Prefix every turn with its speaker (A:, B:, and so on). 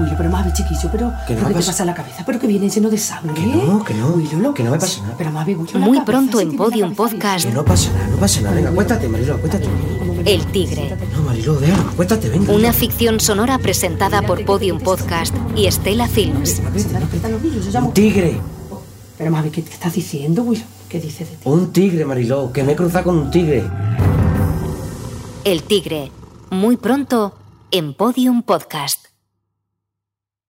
A: Willow, pero más ver, chiquillo, pero.
B: Que
A: ¿pero
B: no me
A: ¿Qué te
B: pasa-
A: pasa la cabeza? ¿Pero que viene lleno de sangre? ¿eh?
B: Que no, que no,
A: Willow, lo-
B: que no me pasa nada.
A: Pero más ver, Willow, la
C: Muy
A: cabeza,
C: pronto
A: sí
C: en
A: que viene la
C: Podium
A: cabeza bien.
C: Podcast,
B: Que no pasa nada, no pasa nada. Venga, acuéstate, Marilo, acuéstate.
C: El Tigre,
B: No, Marilo, déjalo, acuéstate, venga.
C: una ficción sonora presentada por Podium Podcast y Estela Films.
A: Aprieta, aprieta los vidrios, yo llamo-
B: Un tigre,
A: Pero más ver, ¿qué, qué estás diciendo, Willow? ¿Qué dices de ti?
B: un tigre, Mariló, que me he cruzado con un tigre.
C: El Tigre, muy pronto en Podium Podcast.